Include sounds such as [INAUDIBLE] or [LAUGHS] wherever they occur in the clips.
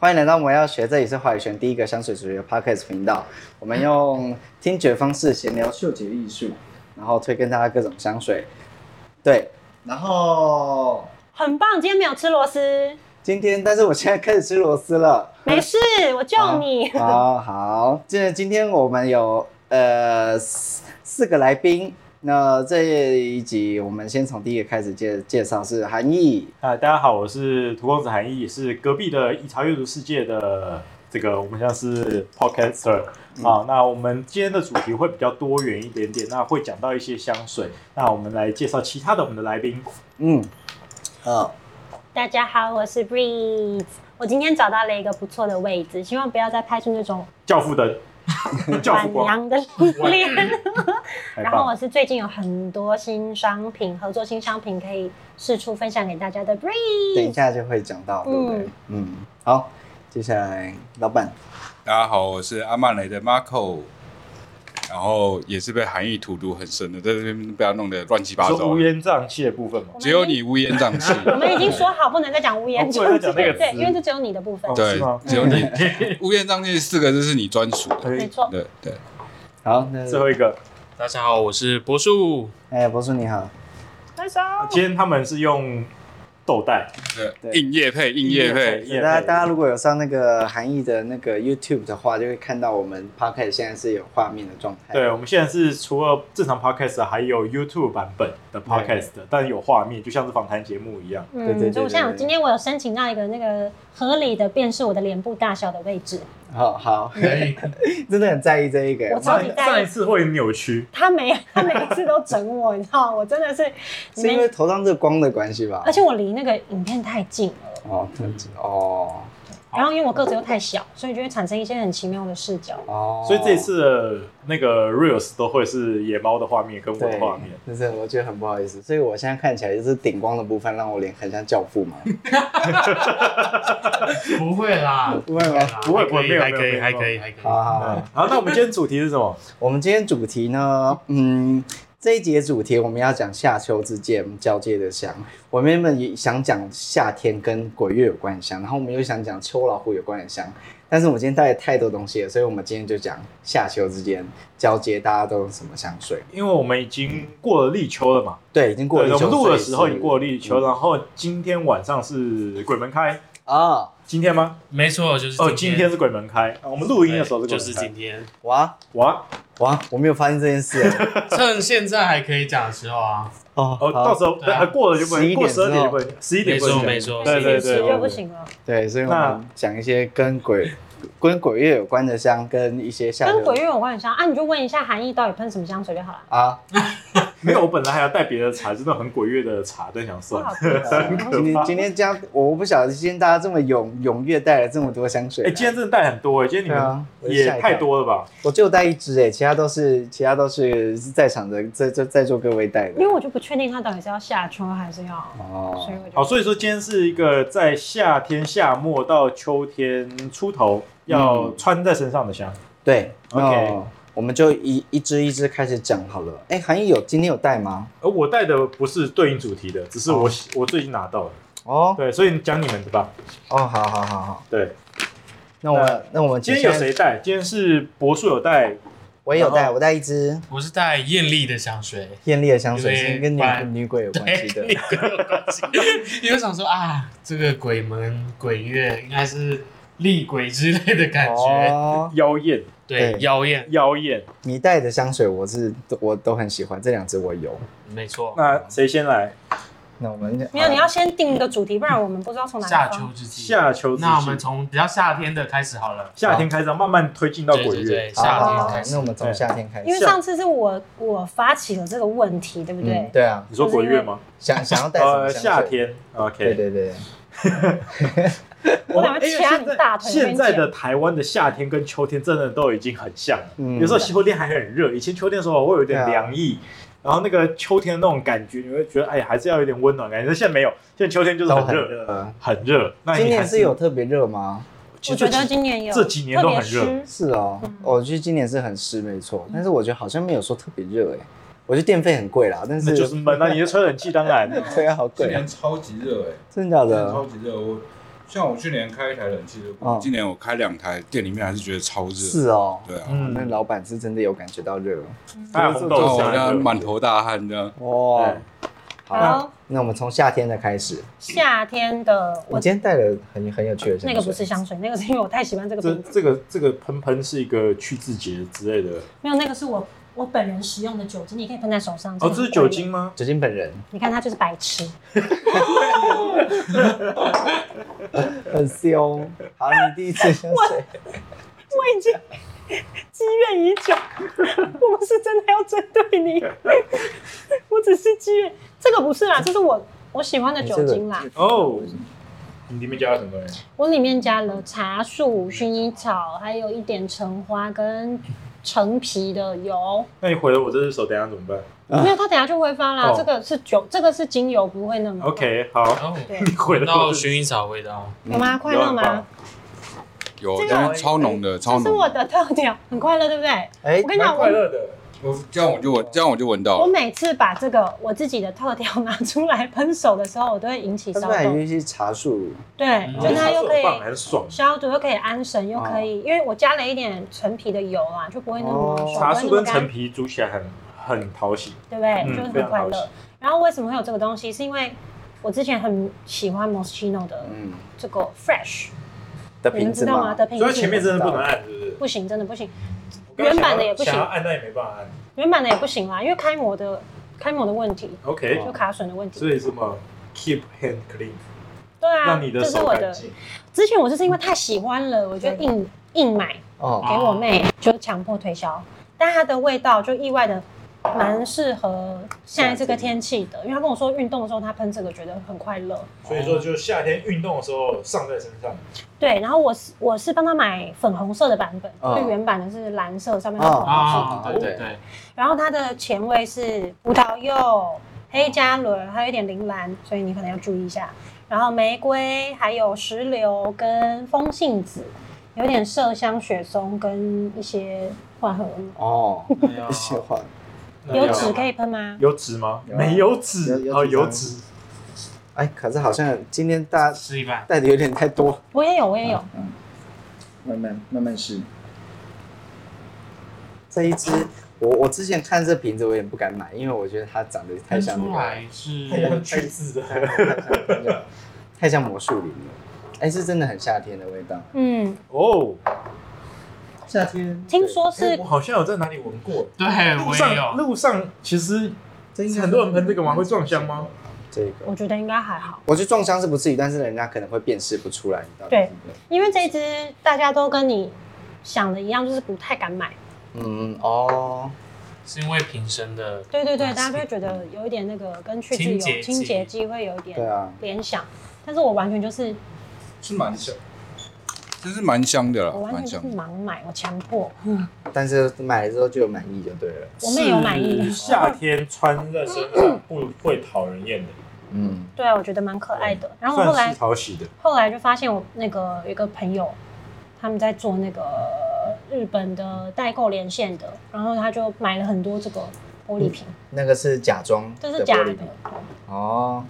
欢迎来到我要学，这里是华语圈第一个香水主义的 podcast 频道。我们用听觉方式闲聊嗅觉艺术，然后推荐大家各种香水。对，然后很棒，今天没有吃螺丝，今天，但是我现在开始吃螺丝了。没事，我救你。好好，这今天我们有呃四四个来宾。那这一集我们先从第一个开始介介绍是韩毅，啊，大家好，我是涂公子韩毅，是隔壁的以茶阅读世界的这个我们像是 podcaster 嗯啊。那我们今天的主题会比较多元一点点，那会讲到一些香水。那我们来介绍其他的我们的来宾，嗯，好、大家好，我是 Breeze，我今天找到了一个不错的位置，希望不要再拍出那种教父 [LAUGHS] 的教父晚光，娘的脸。太然后棒我是最近有很多新商品，合作新商品可以试出分享给大家的等一 Breeze。下就会讲到，对不对嗯？嗯，好，接下来老板，大家好，我是阿曼雷的 Marco，然后也是被韩愈荼毒很深的，在这边被他弄得乱七八了，糟说乌。烟瘴气的部分嘛，只有你乌烟瘴气，我们已经说好不能再讲无言哦不能再讲那个词对，因为这只有你的部 [LAUGHS] 分哦。对是吗， [LAUGHS] 只有你乌烟瘴气四个字是你专属的。可没以。错，对对，好，那最后一个，大家好，我是柏树。哎，博叔你好，开手。今天他们是用豆袋，对对，硬叶配，硬叶配，硬叶大家配大家如果有上那个韩艺的那个 YouTube 的话，就会看到我们 Pocket 现在是有画面的状态，对，我们现在是除了正常 podcast，还有 YouTube 版本的 podcast，但有画面，就像是访谈节目一样。对对对嗯，就像今天我有申请到一个那个合理的辨识我的脸部大小的位置，好好，真的很在意这一个我，超级在上意一。次会扭曲，他每 [LAUGHS] 他每一次都整我，你知道，我真的是，是因为头上这个光的关系吧？而且我离那个影片太近了，哦，这样子哦然后因为我个子又太小，所以就会产生一些很奇妙的视角。哦，所以这一次的那个 reels 都会是野猫的画面跟我对的画面。，就是我觉得很不好意思，所以我现在看起来就是顶光的部分，让我脸很像教父 [LAUGHS] 嘛。不会啦，不会吗？不会不会没有还可以，还可没以，还可以。好好好。嗯好，那我们今天主题是什么？我们今天主题呢，嗯，这一节主题我们要讲夏秋之间交界的香。我们原本也想讲夏天跟鬼月有关的香，然后我们又想讲秋老虎有关的香，但是我今天带了太多东西了，所以我们今天就讲夏秋之间交接，大家都用什么香水？因为我们已经过了立秋了嘛，对，已经过了对，立我秋，们录的时候已经过了了立秋，然后今天晚上是鬼门开，啊、今天吗？没错，就是哦，今天是鬼门开，啊我们录音的时候是对鬼就是门今开。 [LAUGHS] 天，哇哇，哇，我没有发现这件事 [LAUGHS] 趁现在还可以讲的时候啊。哦哦，到时候对啊还过了就不能， 11过十二点之点就后不能，十一点没不能错，讲没错，对对十对一就对不行了，对，所以我那们讲一些跟鬼跟鬼月有关的香，跟一些夏跟秋鬼月有关的香啊，你就问一下韩毅到底喷什么香水就好了。啊，没有，我本来还要带别的茶，真的很鬼月的茶，但想不算好了。听 [LAUGHS] 今天今天这样，我不晓得今天大家这么踊踊跃带了这么多香水啊哎、来。今天真的带很多哎、今天你对啊们也太多了吧？我就带一支哎，其他都是其他都是在场的在在在座各位带的因为。我就不确定他到底是要夏秋还是要，所以哦，我就好，所以说今天是一个在夏天夏末到秋天出头要嗯穿在身上的香。对 OK 那我们就一一支一支开始讲好了。哎，韩毅有今天有带吗？而我带的不是对应主题的，只是我、我最近拿到的。哦对，所以你讲你们的吧。哦，好好好好，对，那我那我们今天有？谁带？今天是柏树有带，我也有带，然后我带一支我是带艳丽的香水， [LAUGHS] 艳丽的香水，因为是跟女本来女鬼有关系 [LAUGHS] 的对。跟我有关系。因为我想说啊，这个鬼门鬼月应该是厉鬼之类的感觉，哦，妖艳，对对，妖艳，妖艳。你带的香水我是我都很喜欢，这两支我有。没错。那谁先来？那我们没有，你要先定一个主题，不然我们不知道从哪夏里秋放。之际，夏秋之那我们际从比较夏天的开始好了。夏天开始，慢慢推进到对鬼对月。啊对，好夏好天好开，始那我。们从夏天开始。因为上次是我我发起了这个问题，对不对嗯，？对啊，你说鬼月吗？想想要带什么 [LAUGHS] 呃，香水夏，天。OK。对对对，我感觉因为哎掐现你在大腿现在的台湾的夏天跟秋天真的都已经很像了，嗯有时候秋天还很热，以前秋天的时候会有点对啊凉意。然后那个秋天那种感觉，你会觉得哎，还是要有点温暖感觉。但现在没有，现在秋天就是都很很热，热。很热。那你今年还是有，特别热吗？我我觉得今年有这几年都很热特别湿是哦，嗯我觉得今年是很湿，没错。但是我觉得好像没有说特别热哎，我觉得电费很贵啦，但那是就是闷啊！你就吹冷气，当 [LAUGHS] 然对啊，好今贵啊，年超级热哎、真的假今啊年的超？级热。我像我去年开一台冷气就够嗯今年我开两台，店里面还是觉得超热。是哦，对啊，嗯那老板是真的有感觉到热还有红然豆后我啊这样香，满头大汗这样。哦对。好好，那我们从夏天的开始。夏天的我我今天带了很很有趣的香水，那个不是香水，那个是因为我太喜欢这个这瓶子，这个这个喷喷是一个去字节之类的没有那个是我我本人使用的酒精，你可以喷在手哦，上。个这是很酒贵精吗？酒精本人你看他就是白痴，很凶。好，你第一次香水， [LAUGHS] 我已经 [LAUGHS] 积怨已久，我不是真的要针对你， [LAUGHS] 我只是积怨。这个不是啦，这是我我喜欢的酒精啦。哦，你里面加了什么东西？我里面加了茶树、薰衣草，还有一点橙花跟橙皮的油。那你毁了我这只手，等一下怎么办没有，它等下就挥发啦。哦这个是酒，这个是精油，不会那么。 ？OK，好， [LAUGHS] 哦，对你毁了到我这只薰衣草味道，嗯有吗？快乐吗？有这，个但是超浓的，超这是浓我的的。特点，很快乐，对不对？哎 [LAUGHS] 我，跟你讲，我乐的。我这样我就闻，这样我就闻到我了。每次把这个我自己的特调拿出来喷手的时候，我都会引起它是骚不是还有动。一些茶树？对，嗯就它又可以很爽。消毒，又可以安神，又可以，因为我加了一点陈皮的油啊，就不会那么哦手茶不会树那么跟干陈皮煮起来很很讨喜。对不对？嗯就是非很常快讨乐喜。然后为什么会有这个东西？是因为我之前很喜欢 Moschino 的嗯，这个 Fresh，的你们瓶知子道吗？吗？的瓶子，真的不能按，是不是？不行，真的不行，我刚刚原版的想要也不行想要按那也没办法按。原版的也不行啦，因为开模的开模的问题， OK，就卡榫的问题。所以什么 keep hand clean，对啊，让你这的是手我干的。净。之前我就是因为太喜欢了，我就硬硬买哦，给我妹，就强迫推销。但它的味道就意外的蛮适合现在这个天气的，因为她跟我说运动的时候她喷这个觉得很快乐。所以说，就夏天运动的时候上在身上。对，然后我是我是帮他买粉红色的版本，嗯最原版的是蓝色，上面是粉红色。啊，哦对对对，然后它的前味是葡萄柚、黑加仑，还有一点铃兰，所以你可能要注意一下。然后玫瑰，还有石榴跟风信子，有点麝香、雪松跟一些混合物。哦，哎呀一些话，那有要纸可以喷吗？有纸吗？有啊没有有纸有哦，纸有张纸。哎，可是好像今天大家吃一半。带的有点太多，我也有，我也有。慢慢慢慢试。这一支，我我之前看这瓶子，我也不敢买，因为我觉得它长得太喷像那出个来是哎去字的。 [LAUGHS] 太像魔术林了。哎、是真的很夏天的味道。嗯，哦，夏天听说是我好像有在哪里闻过。对路我也上有，路上其实这很多人喷这个吗？会撞香吗？这我个，觉得应该还好，我觉得撞香是不至于，但是人家可能会辨识不出来你到底是不是。因为这一支大家都跟你想的一样，就是不太敢买。嗯哦，是因为瓶身的，对对对，啊大家就会是觉得有一点那个跟去清渍洁有剂清洁剂会有一点对啊联想，但是我完全就是是蛮香，这是蛮香的啦我，哦完蛮全香就。是盲买，我强迫，但是买了之后就有满意就对了。我妹有满意是的，夏天穿在身上不会讨人厌的，嗯，对啊，我觉得蛮可爱的。然后我后算来是讨喜的。后来就发现我那个有一个朋友，他们在做那个日本的代购连线的，然后他就买了很多这个玻璃瓶，那个是假装，这是假的的玻璃瓶。哦。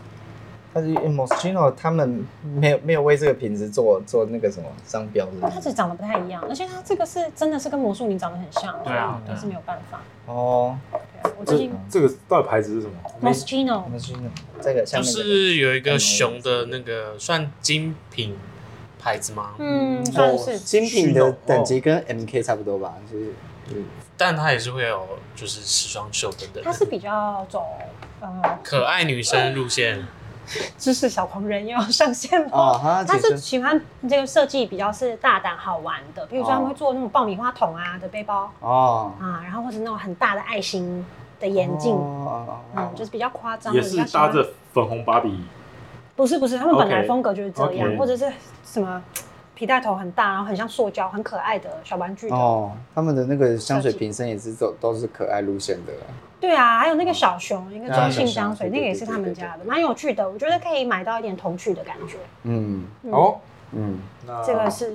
但是 Moschino 他们没有没有为这个瓶子做做那个什么商标是不它是只长得不太一样，而且它这个是真的是跟魔术林长得很像，对啊所以我是没有办法。哦对啊，我最这近这个到底牌子是什么？没 Moschino ，Moschino 这个下就面这个是有一个熊的那个算精品牌子吗？嗯，算是精品的 Moschino，等级跟 MK 差不多吧，就是但它也是会有就是时装秀等等它的是比较走呃可爱女生路线，知识小狂人又要上线了。哦，它他只是喜欢这个设计比较是大胆好玩的，比如说他们会做那种爆米花桶啊的背包哦，啊，然后或者那种很大的爱心的眼镜，哦哦哦嗯，就是比较夸张，也是比较喜欢搭着粉红芭比不是不是，他们本来 OK，风格就是这样 OK 或者是什么皮带头很大，然后很像塑胶、很可爱的小玩具的。哦，他们的那个香水瓶身也是都都是可爱路线的，对啊，还有那个小熊，一个啊中性香水，小熊那个也是他们家对对的，对对蛮有趣的。我觉得可以买到一点童趣的感觉。嗯嗯、哦，嗯，那这个是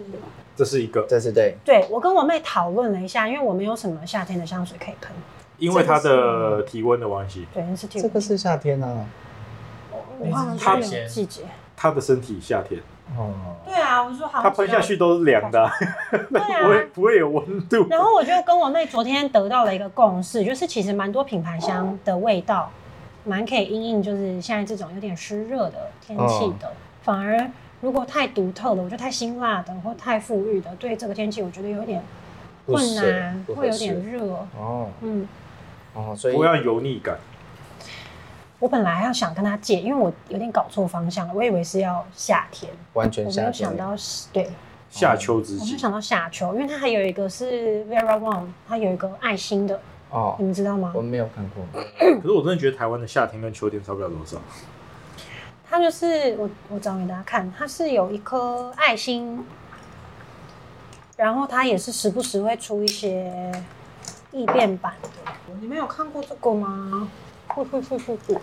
这是一个，这是对，对我跟我妹讨论了一下，因为我没有什么夏天的香水可以喷。因为它的体温的关系，对，那是这这个是夏天啊，我好像它是没有季节。它的身体夏天，哦，对啊，我说好。它喷下去。都是凉的啊， [LAUGHS] 对不会啊。不会有温度。然后我就跟我妹昨天得到了一个共识，就是其实蛮多品牌香的味道，蛮可以因应就是现在这种有点湿热的天气嗯的。反而如果太独特了，我觉得太辛辣的或太馥郁的，对这个天气我觉得有点不困是难，不会合有适点热。哦嗯，哦，所以不要油腻感，我本来要想跟她借，因为我有点搞错方向了，我以为是要夏天，完全我没夏有天了，想到对。夏秋之哦我际就，想到夏秋，因为它还有一个是 Vera Wang，它有一个爱心的，你哦，们知道吗我？没有看过，可是我真的觉得台湾的夏天跟秋天差不了多少。它就是我我找给大家看，它是有一颗爱心，然后它也是时不时会出一些异变版的。你们有看过这个吗？会会会会会，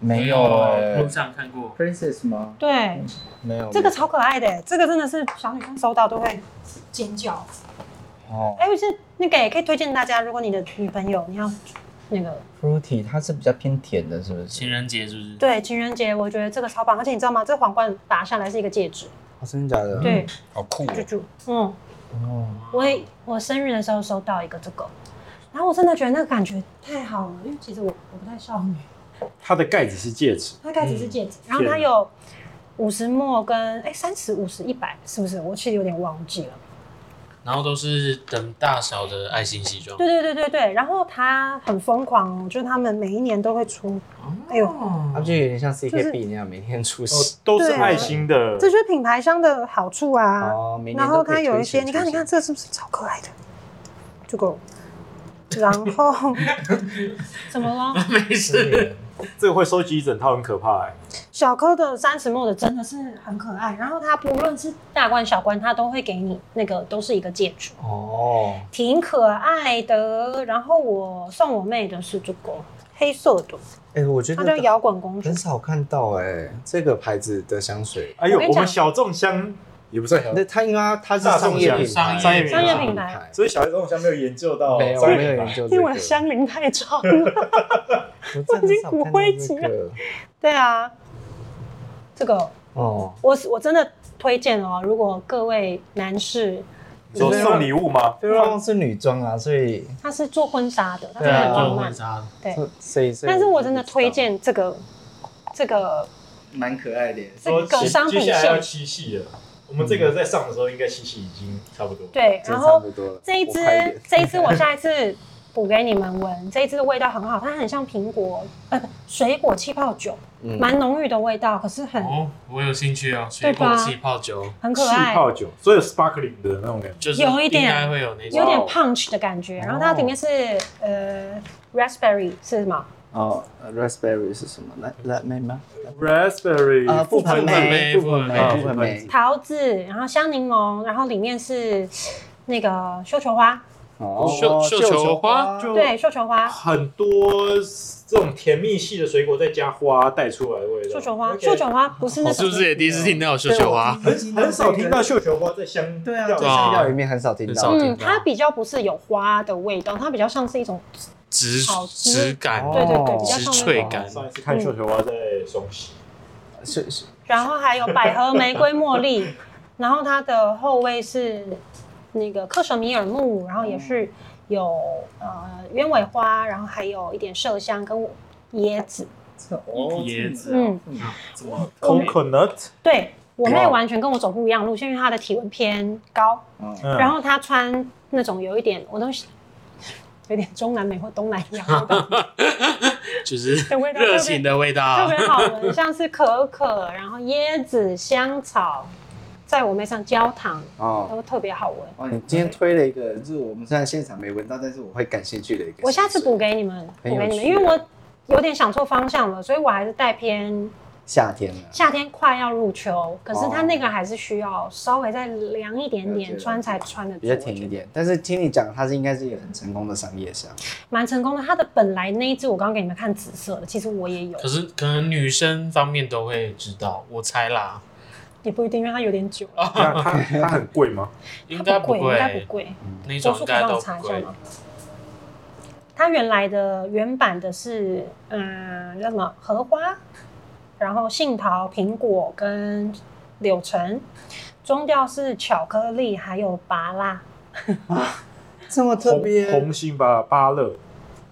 没啊路上看过。 ，Princess 吗？对，没有，这个超可爱的，这个真的是小女生收到都会尖叫。哦哎，不是那个也可以推荐大家，如果你的女朋友你要那个，Fruity 它是比较偏甜的，是不情是？人节是不是？对，情人节我觉得这个超棒，而且你知道吗？这皇冠打下来是一个戒指，哦，真的假的？嗯对，好酷就哦！就嗯，哦，我也我生日的时候收到一个这个，然后我真的觉得那个感觉太好了，因为其实我我不太少女，它的盖子是戒指，它盖子嗯是戒指，然后它是有五十墨跟哎三十、五十、一百，是不是？我其实有点忘记了。然后都是等大小的爱心西装。对对对对对，然后它很疯狂哦，就是他们每一年都会出，哎呦，它就有点像 CKB 是那样每天出哦席，都是对啊爱心的这就是品牌商的好处啊。哦，每年然都后可它以有一推些，荐你看，出你席看，，这是不是超可爱的？这个，然后 [LAUGHS] 怎么了？没事。这个会收集一整套，很可怕哎。 [LAUGHS] 小颗的三十墨的真的是很可爱。然后它不论是大罐小罐，它都会给你那个都是一个戒指，哦，挺可爱的。然后我送我妹的是这个黑色的，哎，我觉它叫得摇滚公主很。少看到哎，这个牌子的香水，哎呦，我跟你我讲们小众香也不算小那它因为它它是大众商业香品牌，商业商业品牌，所以小众香没有研究到没有哦商业没有品牌研究这因个，为我的香龄太长了。我真的已经少骨看到灰这级了个对啊，这个哦，我我真的推荐哦，如果各位男士你说送礼物吗？菲洛梦是女装啊，所以他是做婚纱的，他对是啊很浪做漫婚。纱的。对，所以所以但是我真的不知道推，荐这个这个蛮可爱的。这个商品线，七夕了，我们这个在上的时候应该七夕已经差不多。对，这然差后不多了，这一我支快点这一支我下一次补给你们闻，这一支的味道很好，它很像苹果呃不水果气泡酒，嗯蛮浓郁的味道，可是很哦，我有兴趣哦，水对果吧气泡酒，很可气爱，泡酒，所以有 sparkling 的那种感觉。就是有一点应该会有那有种点哇哦 punch 的感觉，然后它里面是呃 raspberry 是什么？哦呃，raspberry 是什么？蓝蓝莓吗？哦 raspberry 啊，覆盆莓莓，覆盆莓，啊覆盆莓。桃子，然后香柠檬，然后里面是那个绣球花，哦绣绣球花就对，绣球花，很多这种甜蜜系的水果，再加花带出来的味道。绣球花， OK 绣球花不是那是种不是也第一次听到有绣对球花？我第一次很少听到这绣球花在香个。对啊，料在理啊香料里面很少听很少到。嗯，听到它比较不是有花的味道，它比较像是一种，质好吃质感、哦对对对，比啊较质像脆那种。感。 [LAUGHS] 上一次看绣球花在双溪，是是然后还有百合、玫瑰、茉莉， [LAUGHS] 然后它的后味是那个克什米尔木，然后也是有呃鸢尾花，然后还有一点麝香跟椰子。这哦椰子嗯， coconut，对我妹哇完全跟我走不一样路线，因为她的体温偏高，嗯然后她穿那种有一点我都喜有点中南美或东南亚的就是的味道热情的味特道别，好闻，像是可可，然后椰子、香草，在我妹上焦糖哦。都特别好闻。哦，你今天推了一个，就是我们虽然现场没闻到，但是我会感兴趣的一个。我下次补，给你们，补很有给你们，趣因为我有点想错方向了，所以我还是带偏夏天啊呢？夏天快要入秋，可是它那个还是需要稍微再凉一点了点解穿才穿得住，比较甜一点，但是听你讲，它是应该是一个很成功的商业香。蛮成功的。它的本来那一只我刚刚给你们看紫色的，其实我也有可，是可能女生方面都会知道，我猜啦，也不一定，因为它有点久了，那它它很贵吗？应它该贵，哦应该会不，贵。那我种说应可该帮都我查不一下贵吗。？它原来的原版的是，嗯，叫什么荷花，然后杏桃、苹果跟柳橙，中调是巧克力，还有芭拉。这么特红别，红心吧，芭乐，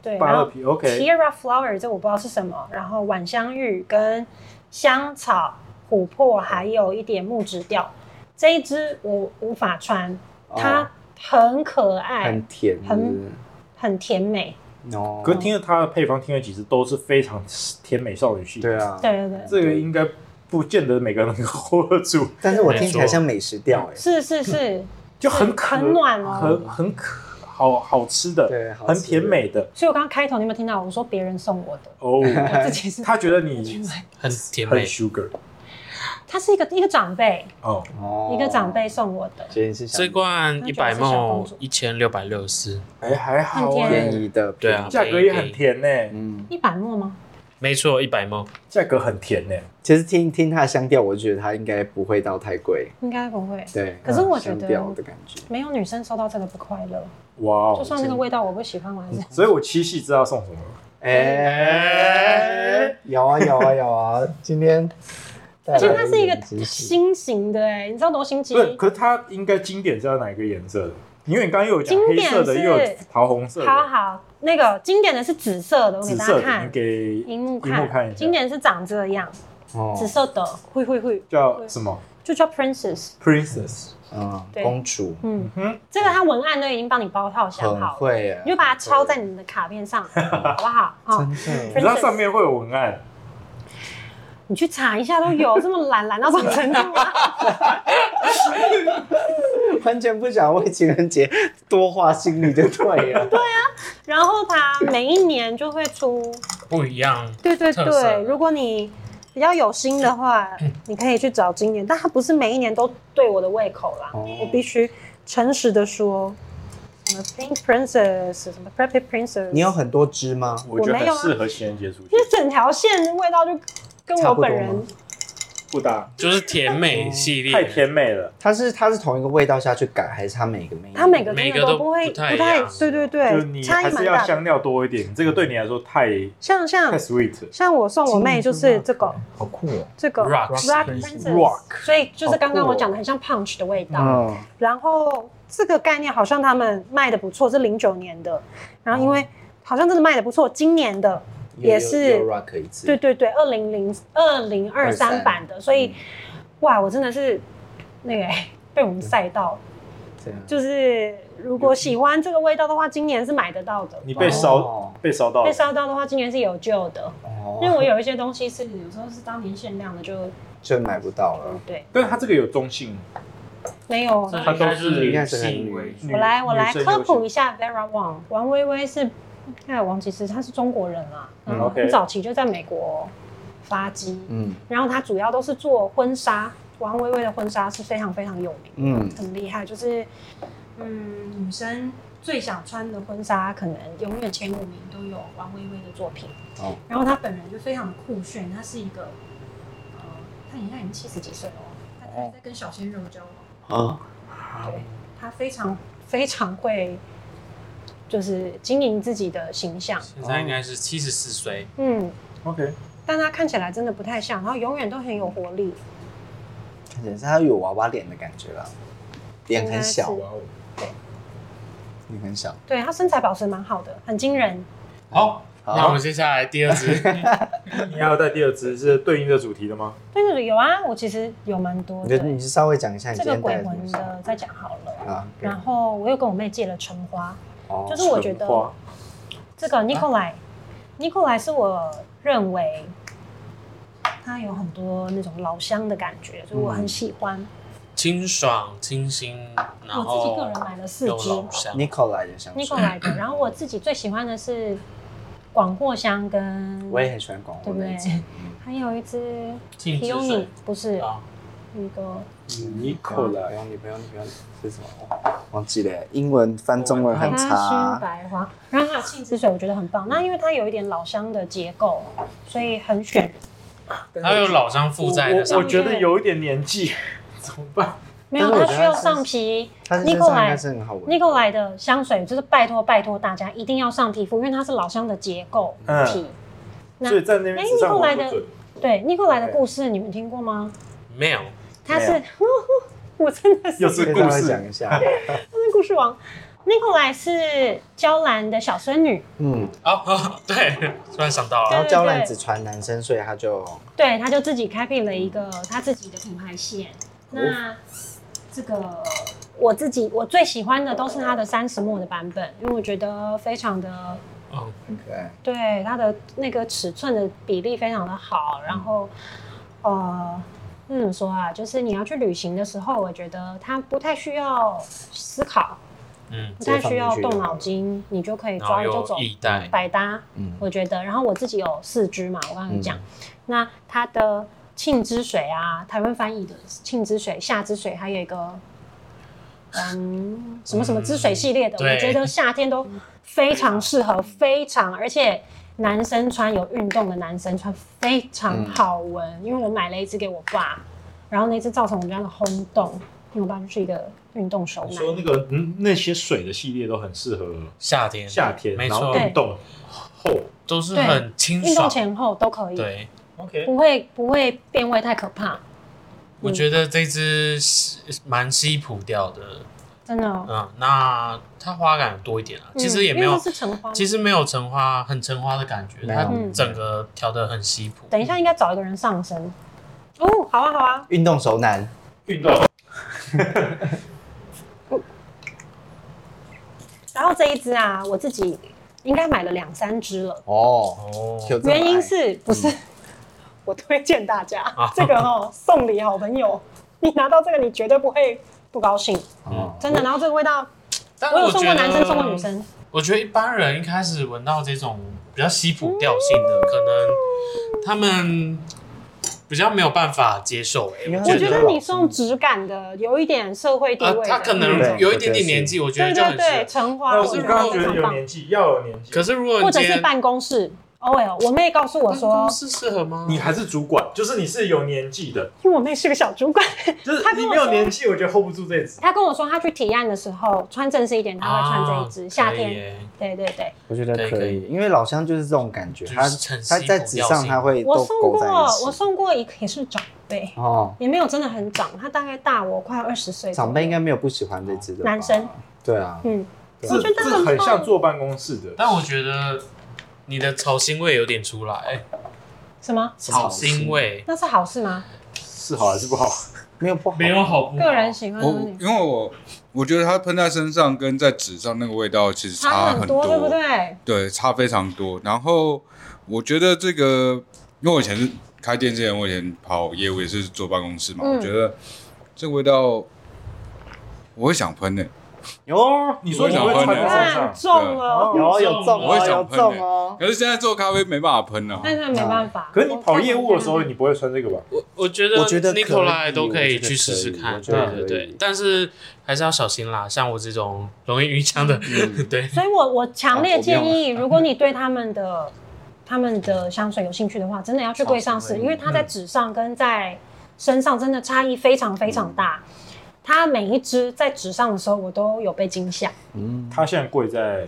对，芭然乐后皮，OK， Tierra flower 这我不知道是什么，然后晚香玉跟香草、琥珀，还有一点木质调。这一支我无法穿，哦它很可爱，很甜，很是不是很甜美。哦，可是听了它的配方，听了几次都是非常甜美少女系。对，啊，对对对，这个应该不见得每个人能够 hold 得住，但是我听起来像美食调哎，是是是，就很可很暖哦很很可好好吃的，对好吃的很甜美的所以我刚刚开头你有没有听到我说别人送我的？ [LAUGHS] 哦。我自己是，他觉得你很甜很美。 sugar 他是一个一个长辈，哦，哦一个长辈，送我的，所以你是想这罐一百那就是小公梦主一千六百六十四，哎还好很哎甜，便宜的，对啊价格也很甜呢，嗯，一百墨吗？没错，一百梦。价格很甜呢。其实听听它的香调，我觉得它应该不会到太贵，应该不会，对。嗯可是我觉香得调的感觉，没有女生收到这个不快乐，哇就哦，算那个味道我不喜欢，我还是所以我七夕知道送什么了。哎，有啊有啊有啊，今天带来了而且点它是一个惊喜新型的哎、你知道多新奇不？是，可是它应该经典是要哪一个颜色的？因为你刚刚又有讲经黑典色的，是又有桃红色好的、好，那个经典的是紫色的，我给紫大色家的，你看，给荧幕荧幕看一看，下经典是长这样，哦紫色的，会会会，叫什么就叫 Princess， ？Princess，嗯，对公主嗯，嗯这个它文案都已经帮你包套想很好了，会耶，你就把它抄在你的卡 [LAUGHS] 片上，好不好？哦，真你的知道上面会有文案，你去查一下都有，这么懒懒到这种程度啊吗？ [LAUGHS] [LAUGHS] 完全不想为情人节多花心力就对 [LAUGHS] 了。然后它每一年就会出，不一样，对对特色嗯的对，如果你比较有心的话，你可以去找今年，但它不是每一年都对我的胃口啦，哦我必须诚实的说，什么 Pink Princess，什么 Preppy Princess，你有很多支吗？我我觉得没很有啊适合情人节出去因，为整条线味道就跟差我不多本吗人不搭，就是甜美系列，太甜美了，它是它是同一个味道下去改，还是它每个每一它每个每真个的都都不会不太一样对对就是对，你差还异是蛮要大的。嗯香料多一点，这个对你来说太像像太 sweet 了。像我送我妹就是这个好酷哦！这个 Rock Princess， Rock 所以就是刚刚我讲的很像 punch 的味道。嗯，然后这个概念好像他们卖的不错，是零九年的，然后因为好像真的卖的不错，今年的也是 rock 一次，对，对对，二零零二零二三版的，所以哇，我真的是那个欸被我们晒到，这样就是如果喜欢这个味道的话，今年是买得到的。你被烧哦被烧到被了，烧到的话，今年是有救的，因为哦，我有一些东西是有时候是当年限量的，就就买不到了。对，但是它这个有中性，没有。哦它都是女性为主女我来，我来女生科普优一下 Vera Wang，王薇薇是，哎，王其实她是中国人啦，嗯然后 OK 很早期就在美国发迹，嗯然后她主要都是做婚纱，王薇薇的婚纱是非常非常有名，嗯，很厉害，就是嗯，女生最想穿的婚纱，可能永远前五名都有王薇薇的作品。哦然后她本人就非常的酷炫，她是一个，呃，她已经她已经七十几岁了哦，她她还在跟小鲜肉交往，啊，对，她非常非常会，就是经营自己的形象，现在应该是七十四岁，嗯， OK，但她看起来真的不太像，然后永远都很有活力，看起来是它有娃娃脸的感觉啦，脸很小，啊应该哦，脸很小。对她身材保持蛮好的，很惊人，好，好那我们接下来第 [LAUGHS] 二支，你还有带第二支是对应这主题的吗？但是有啊，我其实有蛮多你的就，你就稍微讲一下你这哎今个天带鬼了什么魂的再讲好了。啊？然后我又跟我妹借了橙花，哦啊就是我觉橙得花这个 Nikolai、Nikolai 是我认为它有很多那种老乡的感觉，所以嗯我很喜欢。清爽清新，然我后自己个人买了四有支老香 Nicola 的香水， Nikolai 的，然后我自己最喜欢的是广藿香跟 [LAUGHS] 我也很喜欢广藿对不那对一支，？还还有一只静止 p 水 o 不是啊，一个尼不可 [LAUGHS] 用莱，哎你不用你不用是什么？忘记了，英文翻中文很它熏差。白花，然后它的杏子水我觉得很棒。那因为它有一点老香的结构，所以很选人。它有老伤负债的我上我面，觉得有一点年纪， [LAUGHS] 怎么办？没有，但是它我觉得需要它是上皮。它是 n i 身 c o 上 l 应 a 该是很好闻。 n i c o l a 的香水就是拜托拜托大家一定要上皮肤，因为它是老香的结构嗯体。那所以在那边纸上哎尼可莱我的不准。对 n i c o l a 的 OK 故事你们听过吗？没有他没是， [LAUGHS] 我真的 [LAUGHS] 是又是可以故稍微事讲一 [LAUGHS] 下。他是故事王。n i c o l a 是娇兰的小孙女，嗯，哦哦， [LAUGHS] 对，突然想到对然了，后娇兰只传男生，所以他就对，她就自己开辟了一个她自己的品牌线。哦那这个我自己我最喜欢的都是它的三十末的版本，因为我觉得非常的嗯，很可爱。对它的那个尺寸的比例非常的嗯好，然后呃，那怎么说啊？就是你要去旅行的时候，我觉得它不太需要思考，嗯，不太需要直接放进去就动好脑筋，你就可以然后抓一就走有。易带，百搭，嗯我觉得。然后我自己有四支嘛，我刚刚讲，嗯那它的沁之水啊，台湾翻译的沁之水、夏之水，还有一个嗯什么什么之水系列的，对我觉得夏天都非常适合，非常而且。男生穿有运动的男生穿非常好闻，嗯因为我买了一支给我爸，然后那支造成我们家的轰动，因为我爸就是一个运动手你男。说那个嗯，那些水的系列都很适合夏天夏天，没然后错，对运动后，都是很清运动爽，前嗯后都可以，对，OK，不会不会变味太可怕，我觉得这只是蛮西普调的，真的哦。嗯，那它花感有多一点啊，嗯其实也没因为有它，是橙花。其实没有橙花，很橙花的感觉，没有它整个调的很西普。等一下应该找一个人上身。哦，好啊，好啊，运动手男，运动然后这一支啊，我自己应该买了两三支了，哦，哦，有这么矮原因是不是、我推荐大家、嗯啊这个哦，送礼好朋友，你拿到这个你绝对不会不高兴，哦真的。然后这个味道，但我有送觉过得男生，送过女。生，我觉得一般人一开始闻到这种比较西普调性嗯的，可能他们比较没有办法接受。哎因为他我们觉觉得得你送质感的，有一点社会地啊位的，嗯他可能对有一点点年纪，我觉对得就对很适对，合。橙花，那我我觉刚得刚觉非得常有棒，年纪，要有年纪，可是如果或你者今是天办公室。OL，我妹告诉我说是适合吗？你还是主管，就是你是有年纪的，因为我妹是个小主 [LAUGHS] 管，就是他跟你我没有说年纪，我觉得 hold 不住这一支。她跟我说她去提案的时候穿正式一点，她会穿这一支，啊夏可以天。耶对对对，我觉得可以可可以，因为老乡就是这种感觉，就是它晨曦它在狗纸调上性它会我都送勾过在一，起。我送过一个也是长辈，哦，也没有真的很长，他大概大我快二十岁。长辈应该。没有不喜欢这只的吧男生。对啊，嗯，这我觉得这很很棒像坐办公室的，但我觉得你的草腥味有点出来，什么？草腥味那是好事吗？是好还是不好？没有不好，好不个人喜欢我的女哦因为我我觉得它喷在身上跟在纸上那个味道其实差很多，对不对？对，差非常多。然后我觉得这个，因为我以前是开店之前，我以前跑业务也是坐办公室嘛，嗯我觉得这个味道我会想喷的、欸哟，你说你会穿在身看上，中了，有有中我会哦，有想喷中哦。可是现在做咖啡没办法喷啊。但是没办法。可是你跑业务的时候，你不会穿这个吧？我我觉我觉得可 n i 以 c o l a 都可我觉以得去试试可以看，我觉对得对可以对，但是还是要小心啦。像我这种容易晕香的，嗯 [LAUGHS] 对，所以我我强烈建啊我议，如果你对他们的他们的香水有兴趣的话，真的要去柜上试，因为它在纸上跟在身上真的差异非常非常大。它每一支在纸上的时候，我都有被惊吓。嗯，他现在跪在，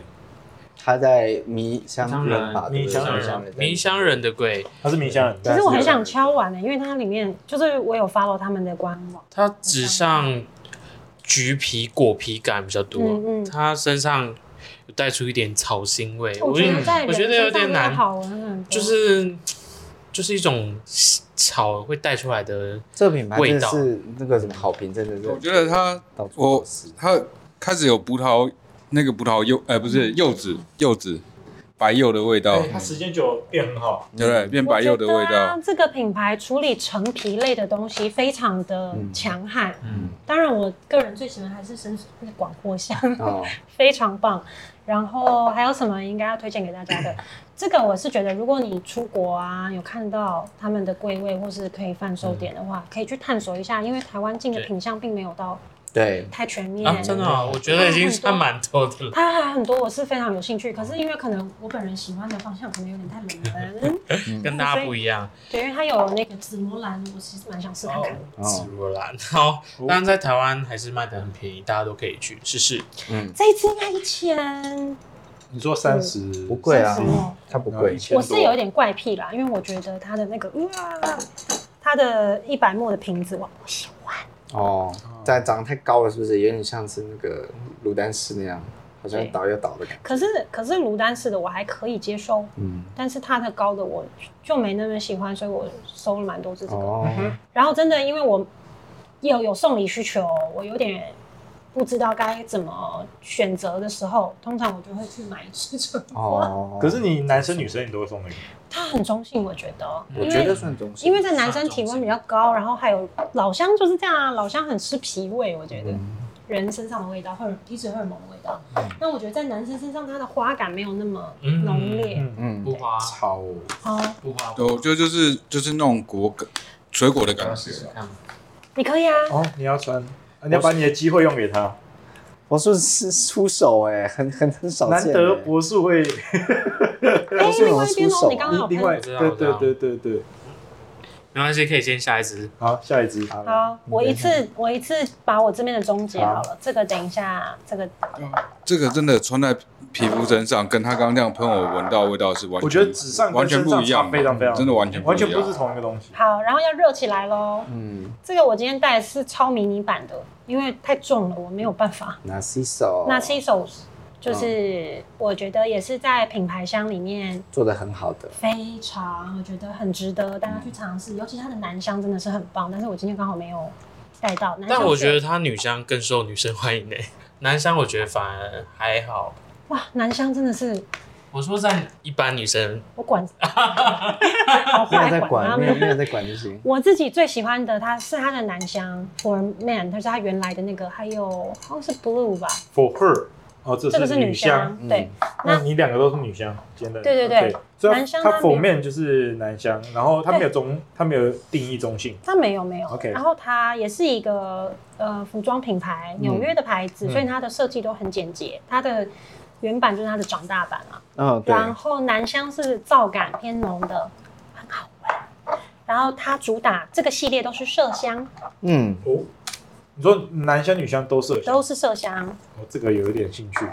他在迷香人吧，迷香人迷香人的贵，他是迷啊香人，其对实我很想敲完的、因为它里面就是我有 follow 他们的官网，它纸上橘皮果皮感比较多，嗯嗯它身上有带出一点草腥味，我觉得在我觉人得有身上点真的难，好闻很多，就是就是一种草会带出来的这个品牌真味的道是那个什么好评，真的是我觉得它到处我都是它开始有葡萄那个葡萄柚，呃，不是柚子柚子白柚的味道，嗯哎它嗯时间久变很好，对不对？变白柚的味我觉得啊道，这个品牌处理陈皮类的东西非常的强悍。嗯，当然，我个人最喜欢还是深那个广藿香，哦，非常棒。然后还有什么应该要推荐给大家 [COUGHS] 的？这个我是觉得，如果你出国啊，有看到他们的柜位或是可以贩售点的话，可以去探索一下，因为台湾进的嗯对品相并没有到对，太全面。啊，真的啊，我觉得已经算蛮多的了。它还很多，我是非常有兴趣。可是因为可能我本人喜欢的方向可能有点太冷 [LAUGHS] 门，跟大家不一样，对，因为它有那个紫罗兰，我其实蛮嗯想试看看的。哦紫罗兰好，哦当然在台湾还是卖的很便宜，大家都可以去试试。嗯，这一支应该一千，你说嗯三十不贵三十啊哦，它不然后贵一，千多我是有点怪癖啦，因为我觉得它的那个哇，它的一百沫的瓶子哇，我喜欢。哦，但长得太高了，是不是有点像是那个鲁丹斯那样，好像倒又倒的感觉？可是可是卢丹氏的我还可以接受，嗯，但是它的高的我就没那么喜欢，所以我收了蛮多支这个。哦，然后真的因为我有有送礼需求，我有点不知道该怎么选择的时候，通常我就会去买一支这个。哦，可是你男生女生你都会送那个，它很中性，我觉得，我觉得算中性，因为在男生体温比较高，然后还有老香就是这样啊，老香很吃脾胃，我觉得、人身上的味道，或者皮质荷尔蒙的味道。那我觉得在男生身上，它的花感没有那么嗯浓烈。嗯嗯不，花超哦，不花，对我觉得就是就是那种果感水果的感觉啊试试看。你可以啊，哦，你要穿，啊你要把你的机会用给他，我说是出手哎，很很很少难见，得博士会，哎，是另外一我出边手哦，你刚刚有另喷。外，我知道对我知对道对对对，没关系，可以先下一支。好，下一支，好了好，我一次我一次把我这边的终结好了，这个等一下，这个这个真的穿在皮肤身上，跟他刚刚那样喷我闻到的味道是完全，我觉得纸上完跟全身不上一样嗯差，非常非常，真的完全不一完全样不是同一个东西。好，然后要热起来喽。嗯，这个我今天带的是超迷你版的，因为太重了，我没有办法。拿洗手， [LAUGHS] 那 c i s o s 嗯就是我觉得也是在品牌箱里面做的很好的，非常，我觉得很值得大家去尝试，尤其它的男香真的是很棒，但是我今天刚好没有带到。男香但我觉是得它女香更受女生欢迎呢、男香我觉得反而还好。哇，男香真的是我说在一般女生，我 [LAUGHS] 管，我没有坏在管啊他管，没有们。没有在管这 [LAUGHS] 些，我自己最喜欢的，它是它的男香 For Man，它是它原来的那个，还有好像是 Blue 吧， For her，哦，这这个是是女香，嗯香，对，那你两个都是女香，简单。对对对 OK，所以男香它它它没有 for man 就是男香，然后它没有中，它没有定义中性。它没有没有 OK 然后它也是一个呃服装品牌，嗯纽约的牌子，所以它的设计都很简洁。它的原版就是它的长大版啊，嗯，对，然后男香是皂感偏浓的，很好闻。然后它主打这个系列都是麝香，嗯，哦，你说男香女香都是有香，都是麝香，我这个有一点兴趣。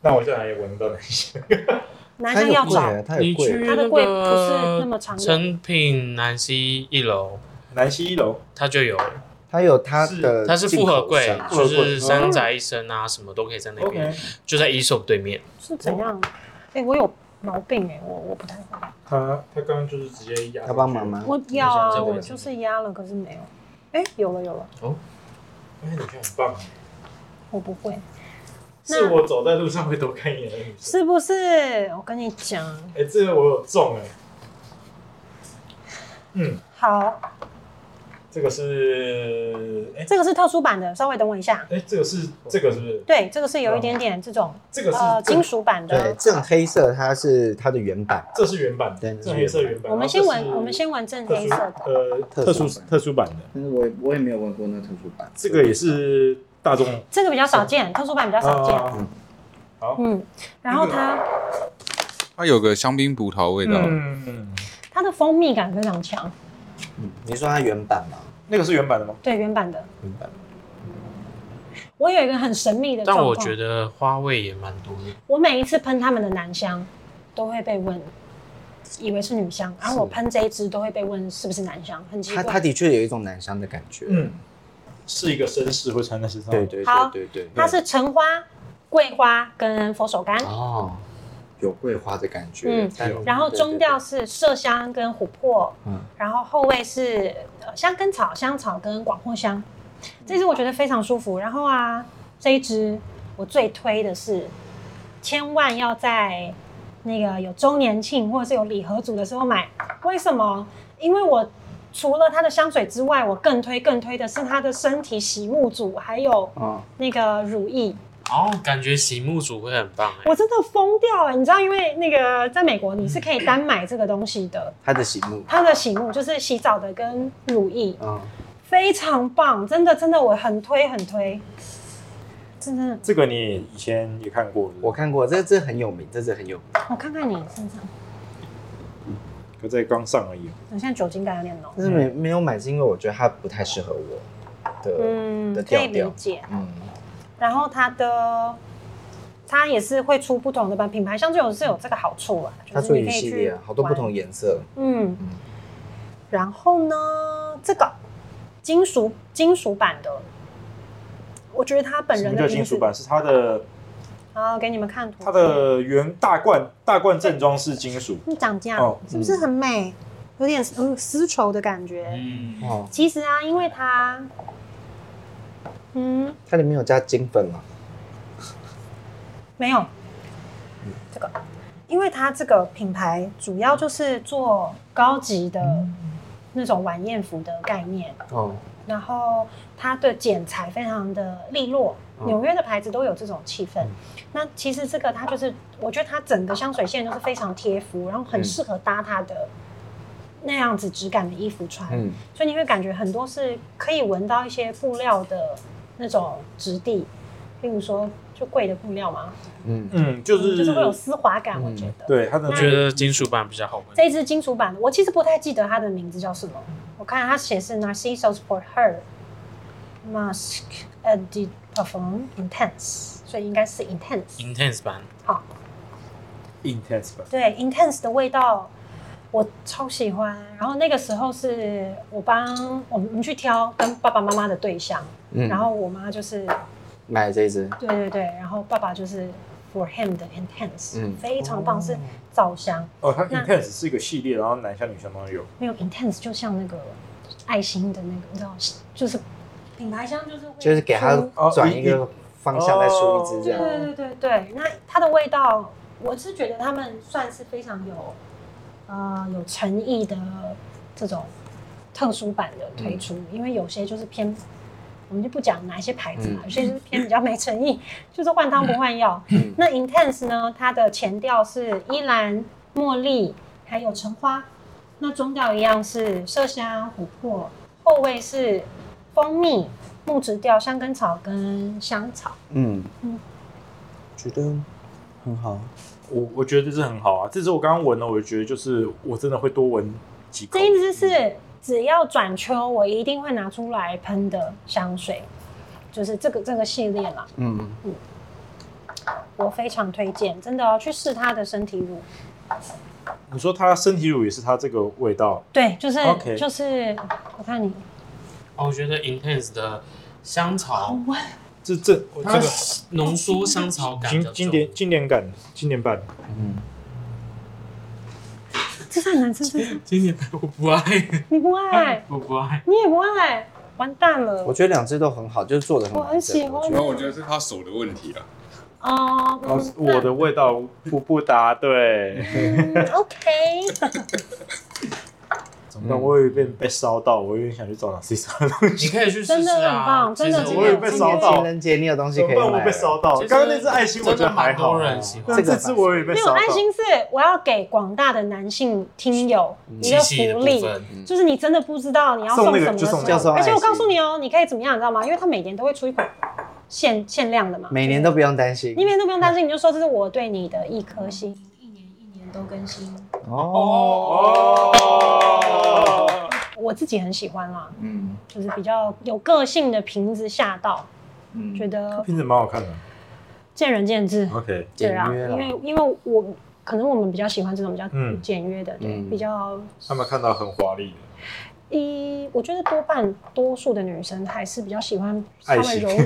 那我现在也闻到男香，男它香也要贵找。啊，它也你去贵，它那的柜不是那个么常有成品南西一楼， [LAUGHS] 南溪一楼它就有了，它有它的，它是复合柜，呃进口就商是嗯山宅一生啊，什么都可以在那边，OK，就在一手对面。是怎样？哎、我有毛病哎、我我不太会。他他刚刚就是直接压，要帮忙？吗？我要啊，这个我就是压了，可是没有。哎、有了有了，哎，你看很棒，我不会，那是我走在路上会多看一眼的女生。是不是？我跟你讲，哎，这个我有中哎，嗯，好，这个是哎这个是特殊版的，稍微等我一下。哎，这个是这个是不是？对，这个是有一点点这种这个是呃正金属版对，的。这种黑色它是它的原版，这是原版的，对这是黑色原版。我们先然后这闻，是我们先闻正黑色的。呃特特殊殊特殊版的，但是我也我也没有闻过那特殊版，这个也是大众这个比较少见，特殊版比较少见。啊，好，嗯，然后它它有个香槟葡萄味道，嗯，它的蜂蜜感非常强，嗯，你说它原版吗？那个是原版的吗？对原版的。原版，我有一个很神秘的哎状但况，我觉得花味也蛮多的，我每一次喷他们的男香，都会被问，以为是女香，然后我喷这一支都会被问是不是男香，很奇它怪。它的确有一种男香的感觉，嗯，是一个绅士会穿在身上，对，对好对对对，它是橙花、桂花跟佛手柑，哦，有桂花的感觉，嗯但然后中调是麝香跟琥珀，嗯然后后味是呃香根草、香草跟广藿香。这支我觉得非常舒服。然后啊，这一支我最推的是，千万要在那个有周年庆或者是有礼盒组的时候买。为什么？因为我除了它的香水之外，我更推更推的是它的身体洗沐组，还有啊，那个乳液。哦，感觉洗沐组会很棒哎、我真的疯掉了，你知道，因为那个在美国你是可以单买这个东西的，它的醒目，它的洗沐就是洗澡的跟乳液，嗯，非常棒，真的真的我很推很推，真的，这个你以前也看过，我看过，这这很有名，这是很有名，我看看你身上，我在刚上而已。我现在酒精感有点浓，但是没没有买是因为我觉得它不太适合我的，嗯，的可调以理调解。嗯，然后它的它也是会出不同的吧品牌，像这种是有这个好处啊，就它是出你一可以系去列啊好多不同玩，颜色，嗯嗯，然后呢，这个金属金属版的。我觉得他本什人么的叫名金字属版？是它的好，给你们看图。它的原大罐大罐正装是金属，你嗯长这样、哦是不是很美？有点嗯丝绸的感觉。嗯，哦，其实啊，因为它，嗯，它里面有加金粉啊吗？没有这个，因为它这个品牌主要就是做高级的嗯那种晚宴服的概念，哦，然后它的剪裁非常的利落，嗯纽约的牌子都有这种气氛。那其实这个它就是，我觉得它整个香水线都是非常贴肤，然后很适合搭它的那样子质感的衣服穿。嗯，所以你会感觉很多是可以闻到一些布料的那种质地，例如说就贵的布料嘛，嗯，嗯，就嗯是就是会有丝滑感，嗯我觉得。对它的我觉得金属版比较好闻。这一支金属版的，我其实不太记得它的名字叫什么，我看它写是 Narcissus for her mask a d perform intense，所以应该是嗯 intense。 Intense 版，好， intense 版，对 intense 的味道。我超喜欢，然后那个时候是我帮我们去挑跟爸爸妈妈的对象，嗯然后我妈就是买了这一支，对对对，然后爸爸就是 For Him 的 Intense，、嗯非常棒，是皂香，哦，它那 intense 是一个系列，然后男香女香都有，没有 Intense 就像那个爱心的那个，你知道，就是品牌香就是会就是给它出转哦一嗯个方向再出一支这对对样，对对对，那它的味道，我是觉得他们算是非常有呃有诚意的这种特殊版的推出，嗯因为有些就是偏。我们就不讲哪一些牌子了，嗯有些就是偏比较没诚意， [LAUGHS] 就是换汤不换药。嗯那 Intense 呢，它的前调是依兰、茉莉，还有橙花，那中调一样是麝香、琥珀，后味是蜂蜜、木质调、香根草跟香草。嗯嗯，觉得很好，我我觉得这支很好啊，这支我刚刚闻了，我就觉得就是我真的会多闻几口这，一支是只要转秋，我一定会拿出来喷的香水，就是这个这个系列啦，嗯，我非常推荐，真的要、去试它的身体乳。你说它身体乳也是它这个味道，对，就是 OK 就是，我看你，哦，我觉得 Intense 的香哦草，这这我这它个浓缩香草感比较经重经典经典感经典版，这是很难吃，这是经典版 [LAUGHS] 我不爱，你不哎爱，我不 [LAUGHS] 爱。你也不爱，完蛋了。我觉得两支都很好，就是做的很我完很整喜欢我觉然得后我觉得是他手的问题啊，哦、然后我的味道不不搭对，嗯 OK， [LAUGHS] 怎么办？我有点被烧到，我有点想去找哪些烧的东西。你可以去试真试的很啊，棒真的其实真我的也有被今烧天情到，人节你有东西怎可么以买办？了，我被烧到。其实刚刚那只爱心我觉真得的还蛮好啊多，人喜欢但这只我也被没有烧到。安心是我要给广大的男性听友嗯一个七夕的福部利，嗯分， [LAUGHS] 就是你真的不知道你要送送那个什么的就时送那候，个而且我告诉你哦，你可以怎么样，你知道吗？因为他每年都会出一款限限量的嘛，每年都不用担心你每年都不用担心，你就说这是我对你的一颗心，一年一年都更新。哦哦，我自己很喜欢啦，嗯就是比较有个性的瓶子吓到，嗯觉得瓶子蛮好看的。见仁见智。 OK，对简啊，约因了，为因为我可能我们比较喜欢这种比较嗯简约的，对，嗯比较他们看到很华丽的，一，我觉得多半多数的女生还是比较喜欢稍爱微情柔，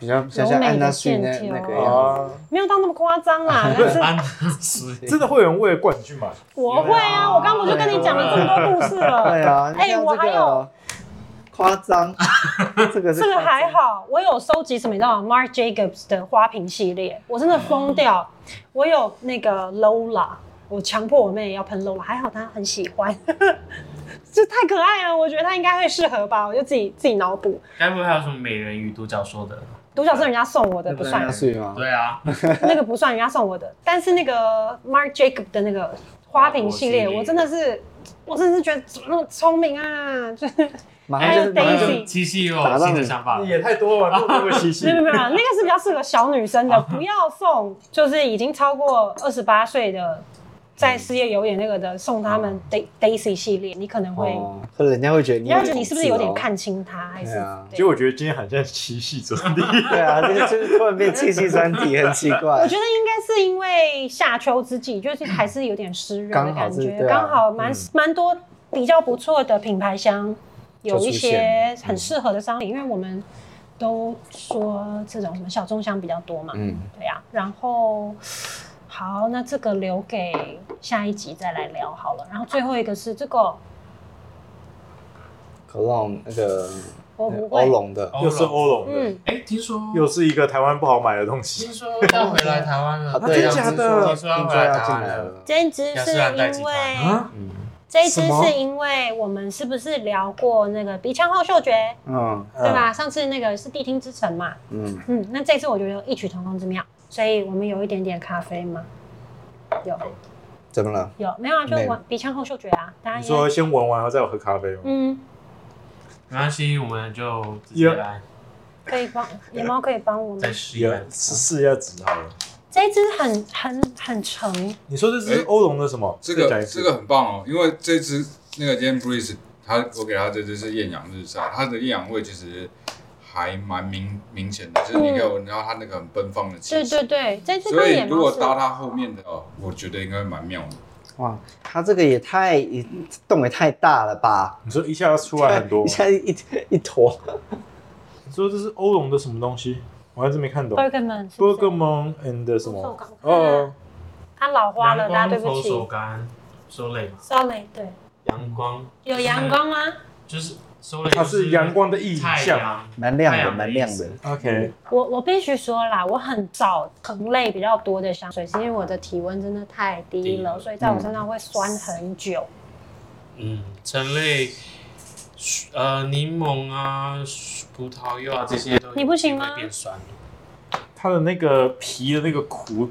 比较像像安娜逊那柔美的线条那个样啊，没有到那么夸 [LAUGHS] 张啦，但是安斯真的会有人为了冠军买？我会啊，我刚不就跟你讲了这么多故事子。对了？啊，哎像我这还有个夸张， [LAUGHS] 这个是这个夸张还好，我有收集什么你知道吗？Marc Jacobs 的花瓶系列，我真的疯掉。我有那个 Lola，我强迫我妹要喷 Lola，还好她很喜欢， [LAUGHS] 这太可爱了，我觉得她应该会适合吧，我就自己自己脑补。该不会还有什么美人鱼独角兽的？独角兽人家送我的不算那，是吗？对啊，那个不算人家送我的，但是那个 Marc Jacob 的那个花瓶系列，花朵系列我真的是，我真的是觉得怎么那么聪明啊，就是。马还上就是有马马上就哦 Daisy 上七夕又有新的想法了，啊也太多了，那么多信 [LAUGHS] 息没有没有，没有，那个是比较适合小女生啊的，不要送，就是已经超过二十八岁的，在事业有点那个的，送他们 Da- Daisy 系列，你可能会，啊哦，可能人家会觉得你你有要点觉得你是不是有点看哎自清他，还是对啊其实我觉得今天好像七夕专题， [LAUGHS] 哦？对啊，这就是突然变气息专题，很奇我 [LAUGHS] 怪觉。得应该是因为夏秋之际，就是还是有点湿润的刚好感是觉，对啊刚好蛮蛮多比较不错的品牌香，有就一出现嗯些很适合的商品，因为我们都说这种什么小众香比较多嘛，嗯，对呀、然后好，那这个留给下一集再来聊好了。然后最后一个是这个，可龙那个我不欧会，龙的，又是欧龙的，嗯，哦哎，听说又是一个台湾不好买的东西听。说要回来台湾了，啊对要啊听说真的假的听说要听回说来要台进湾来了，了。这一只雅是诗兰黛集因团为啊，这一只什么是因为我们是不是聊过那个鼻腔后嗅觉，嗯对吧？上次那个是谛听之城嘛，嗯，嗯，那这次我觉得有异曲同工之妙，所以我们有一点点咖啡吗？有怎么了？有没有啊？就没有闻鼻腔后嗅觉啊，大家你应该说先闻完然后再有喝咖啡吗？嗯，没关系，我们就直接来可以帮野猫可以帮我再们，试一也下。试试一下纸好了。这一只很很很沉。你说这是欧龙的什么？这再讲个一次这个很棒哦，因为这只那个今天 Breeze，他我给他这只是艳阳日晒，它的艳阳味其实还蛮明明显的，就是你可以闻到它那个很奔放的气对息。对对，这次所跟以野如果猫是搭它后面的，哦，我觉得应该蛮妙的。哇，它这个也太也洞也太大了吧？你说一下要出来很多 [LAUGHS] 吗，[LAUGHS] 一下一一坨，你说这是欧龙的什么东西？我还是没看懂。 Bergman，是不是 Bergamon and 什我手么感？哦，它老花了，阳大家对光不投手起。干，收累嘛？ Sorry，对，阳光有阳光嗯吗？就是收累，它是阳光的意太象。阳，蛮亮太的，阳的蛮意亮思的。 OK，我我必须说啦，我很少同类比较多的香水，是因为我的体温真的太低低了，了所以在我身上会酸很久。嗯，橙类，呃，柠檬啊，葡萄柚啊这些都有你不行吗会变酸的。它的那个皮的那个苦，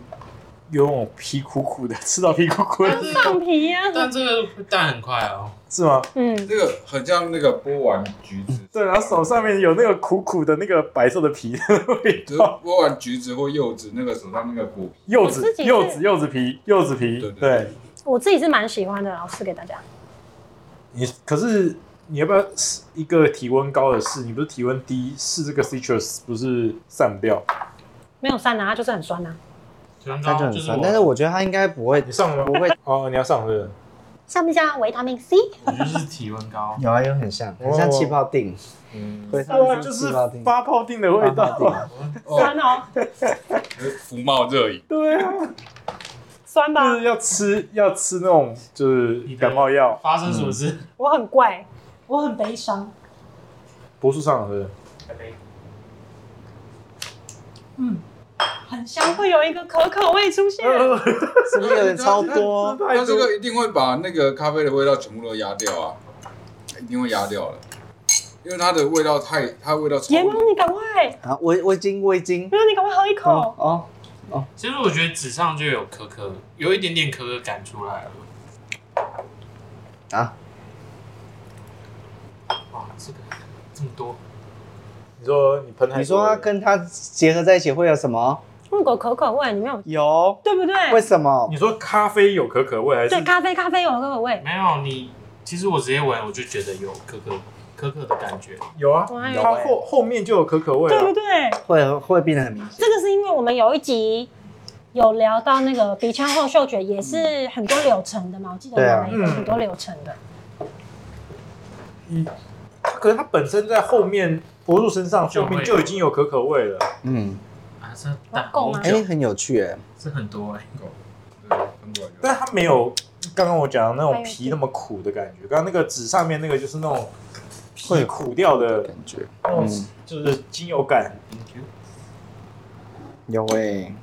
有种皮苦苦的，吃到皮苦苦的，嗯上皮呀、 [LAUGHS] 但这个会淡很快哦。是吗？嗯，这个很像那个剥完橘子，对，然后手上面有那个苦苦的那个白色的皮的味就是道，剥完橘子或柚子，那个手上那个果皮， [LAUGHS] 柚我自子，己是柚子，柚子皮，柚子皮对，对对。我自己是蛮喜欢的，老师给大家。你可是你要不要试一个体温高的试？你不是体温低试这个 citrus 不是散不掉？没有散啊，它就是很酸啊。唇它膏就很就是酸，但是我觉得它应该不会你上了不吗？会，，哦，你要上是上面加维他命 C，我就是体温高有啊，有很像，很哦像气泡定，嗯，对，啊不是？哇，啊就是发泡定的味道。哦，哦， [LAUGHS] 福茂热饮， [LAUGHS] 对啊，酸吧就？是要吃要吃那种就是你的感冒药，发生什么事？嗯我很怪，我很悲伤。博士上的是很香，会有一个可可味出 [LAUGHS] 现不。呃是？是不是有点超多？那这个一定会把那个咖啡的味道全部都压掉啊，一定会压掉的，因为它的味道太，它味道超野猫，你赶快，啊，我我已经我已经没有你赶快喝一哦嗯口。哦， [LAUGHS] 其实我觉得纸上就有可可，有一点点可可感出来了。啊，哇，这个这么多，你说你喷太多了你啊说它跟它结合在一起会有什么？入口可可味，你没有有，对不对？为什么你？说咖啡有可可味还是对，？咖啡咖啡有可可味。没有你，其实我直接闻我就觉得有可可可可的感觉。有啊，我还以为它后后面就有可可味对不了。对？会会变得很明显？这个是因为我们有一集有聊到那个鼻腔后嗅觉，也是很多流程的嘛。我记得对啊我们有很多流程的。可是它本身在后面博主身上就后会面就已经有可可味了。嗯，啊，这大够吗好哎、久，很有趣哎，这很多哎、对分过来就但它没有刚刚我讲的那种皮那么苦的感觉。刚刚那个纸上面那个就是那种会有苦调的，感觉嗯，就是精油感。有欸诶、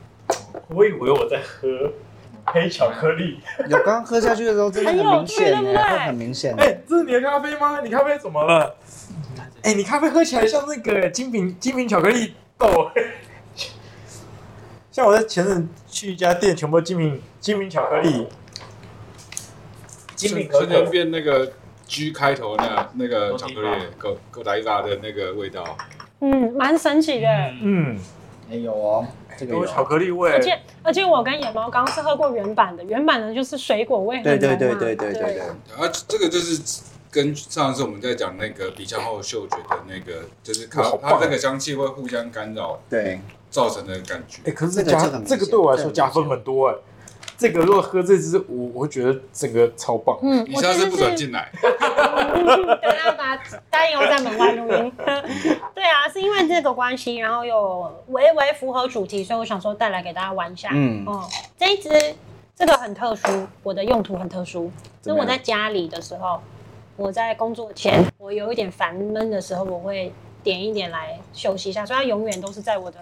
我以为我在喝黑巧克力，有刚刚喝下去的时候真的很明显很呢、有趣对不对会很明显、哎、这是你的咖啡吗？你咖啡怎么了？哎、你咖啡喝起来像那个精品精品巧克力豆。 [LAUGHS] 像我在前阵去一家店，全部精品精品巧克力，精品可瞬可间变那个 G 开头那那个巧克力狗狗达伊达的那个味道，嗯，蛮神奇的。嗯，嗯，哎、有哦，这个有有巧克力味而，且而且我跟野猫刚刚是喝过原版的，原版的就是水果味很对浓对嘛。对对对对对，啊，这个就是跟上次我们在讲那个鼻腔后嗅觉的那个，就是它哇好棒它这个香气会互相干扰对，造成的感觉哎、。可是这个加这个很明这显个对我来说这个加很明显分很多哎、这个如果喝这支，我我会觉得整个超棒。嗯，你我下真的次不准是嗯进来，对，要把答应我在门外录音。 [LAUGHS] 对啊，是因为这个关系，然后又微微符合主题，所以我想说带来给大家玩一下。嗯哦，这一支这个很特殊，我的用途很特殊，怎是么样我在家里的时候，我在工作前，我有一点烦闷的时候，我会点一点来休息一下，所以它永远都是在我的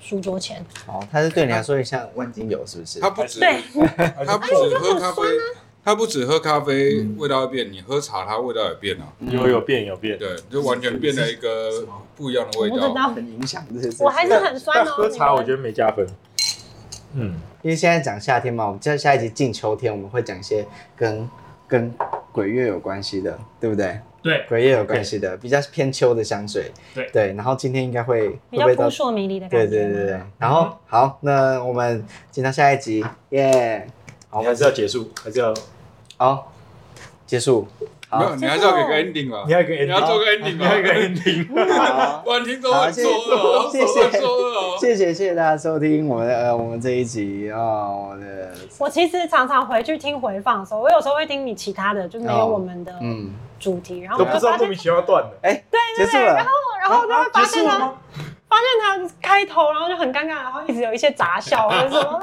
书桌前。哦，它是对你来说像万金油是不是？它不止对，哎它不止喝咖啡，它不止喝咖啡味道会变，你喝茶它味道也变啊。有有变有变，对，就完全变了一个不一样的哦我味不知道。道，很影响这些事情我还是很酸但哦。喝你茶们我觉得没加分。嗯，因为现在讲夏天嘛，我们在下一集进秋天，我们会讲一些跟跟鬼月有关系的，对不对？对，鬼月有关系的，比较偏秋的香水。对对，然后今天应该会比会较不会扑到？朔迷离的对感觉。对对对。然后好，那我们进到下一集，耶！我好，我们还们是要结束，还是要好结束。没有，你还是要给个 ending 吧你。要一个你要 ending，做个 ending 你要一个吧。 ending。 [LAUGHS] 好，不然听众会错愕哦，谢谢手会错愕哦。谢谢谢谢大家收听我们的呃我们这一集哦，我的我其实常常回去听回放的时候，我有时候会听你其他的，就没有哦我们的嗯，主题，然后都我不就知道发莫现名，其妙断了。哎，结束然了后。然后我就会发啊结现他束了吗发现他开头，然后就很尴尬，然后一直有一些杂笑或者什么， [LAUGHS]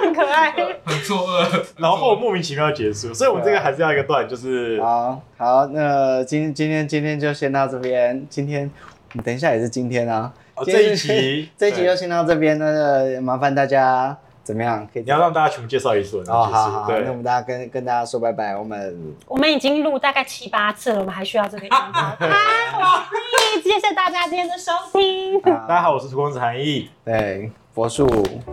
很可爱。很错愕。 [LAUGHS] 然后莫名其妙结束，所以我们这个还是要一个断，就是好好，那今今天今天就先到这边。今天嗯等一下也是今天啊，哦今天这一集 [LAUGHS] 这一集就先到这边。那呃麻烦大家怎么样？可以你要让大家全部介绍一次，然哦，后好好，结那我束。们大家跟跟大家说拜拜。我们我们已经录大概七八次了，我们还需要这个地方。好，我是 Lee，谢谢大家今天的收听。对，大大家好，我是涂公子韩毅，对柏树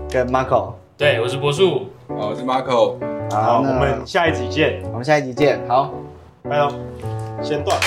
跟 Marco，对，我是柏树，好，我是 Marco。好，好，我那们下一集见，哦我们下一集见。好。拜喽，先断。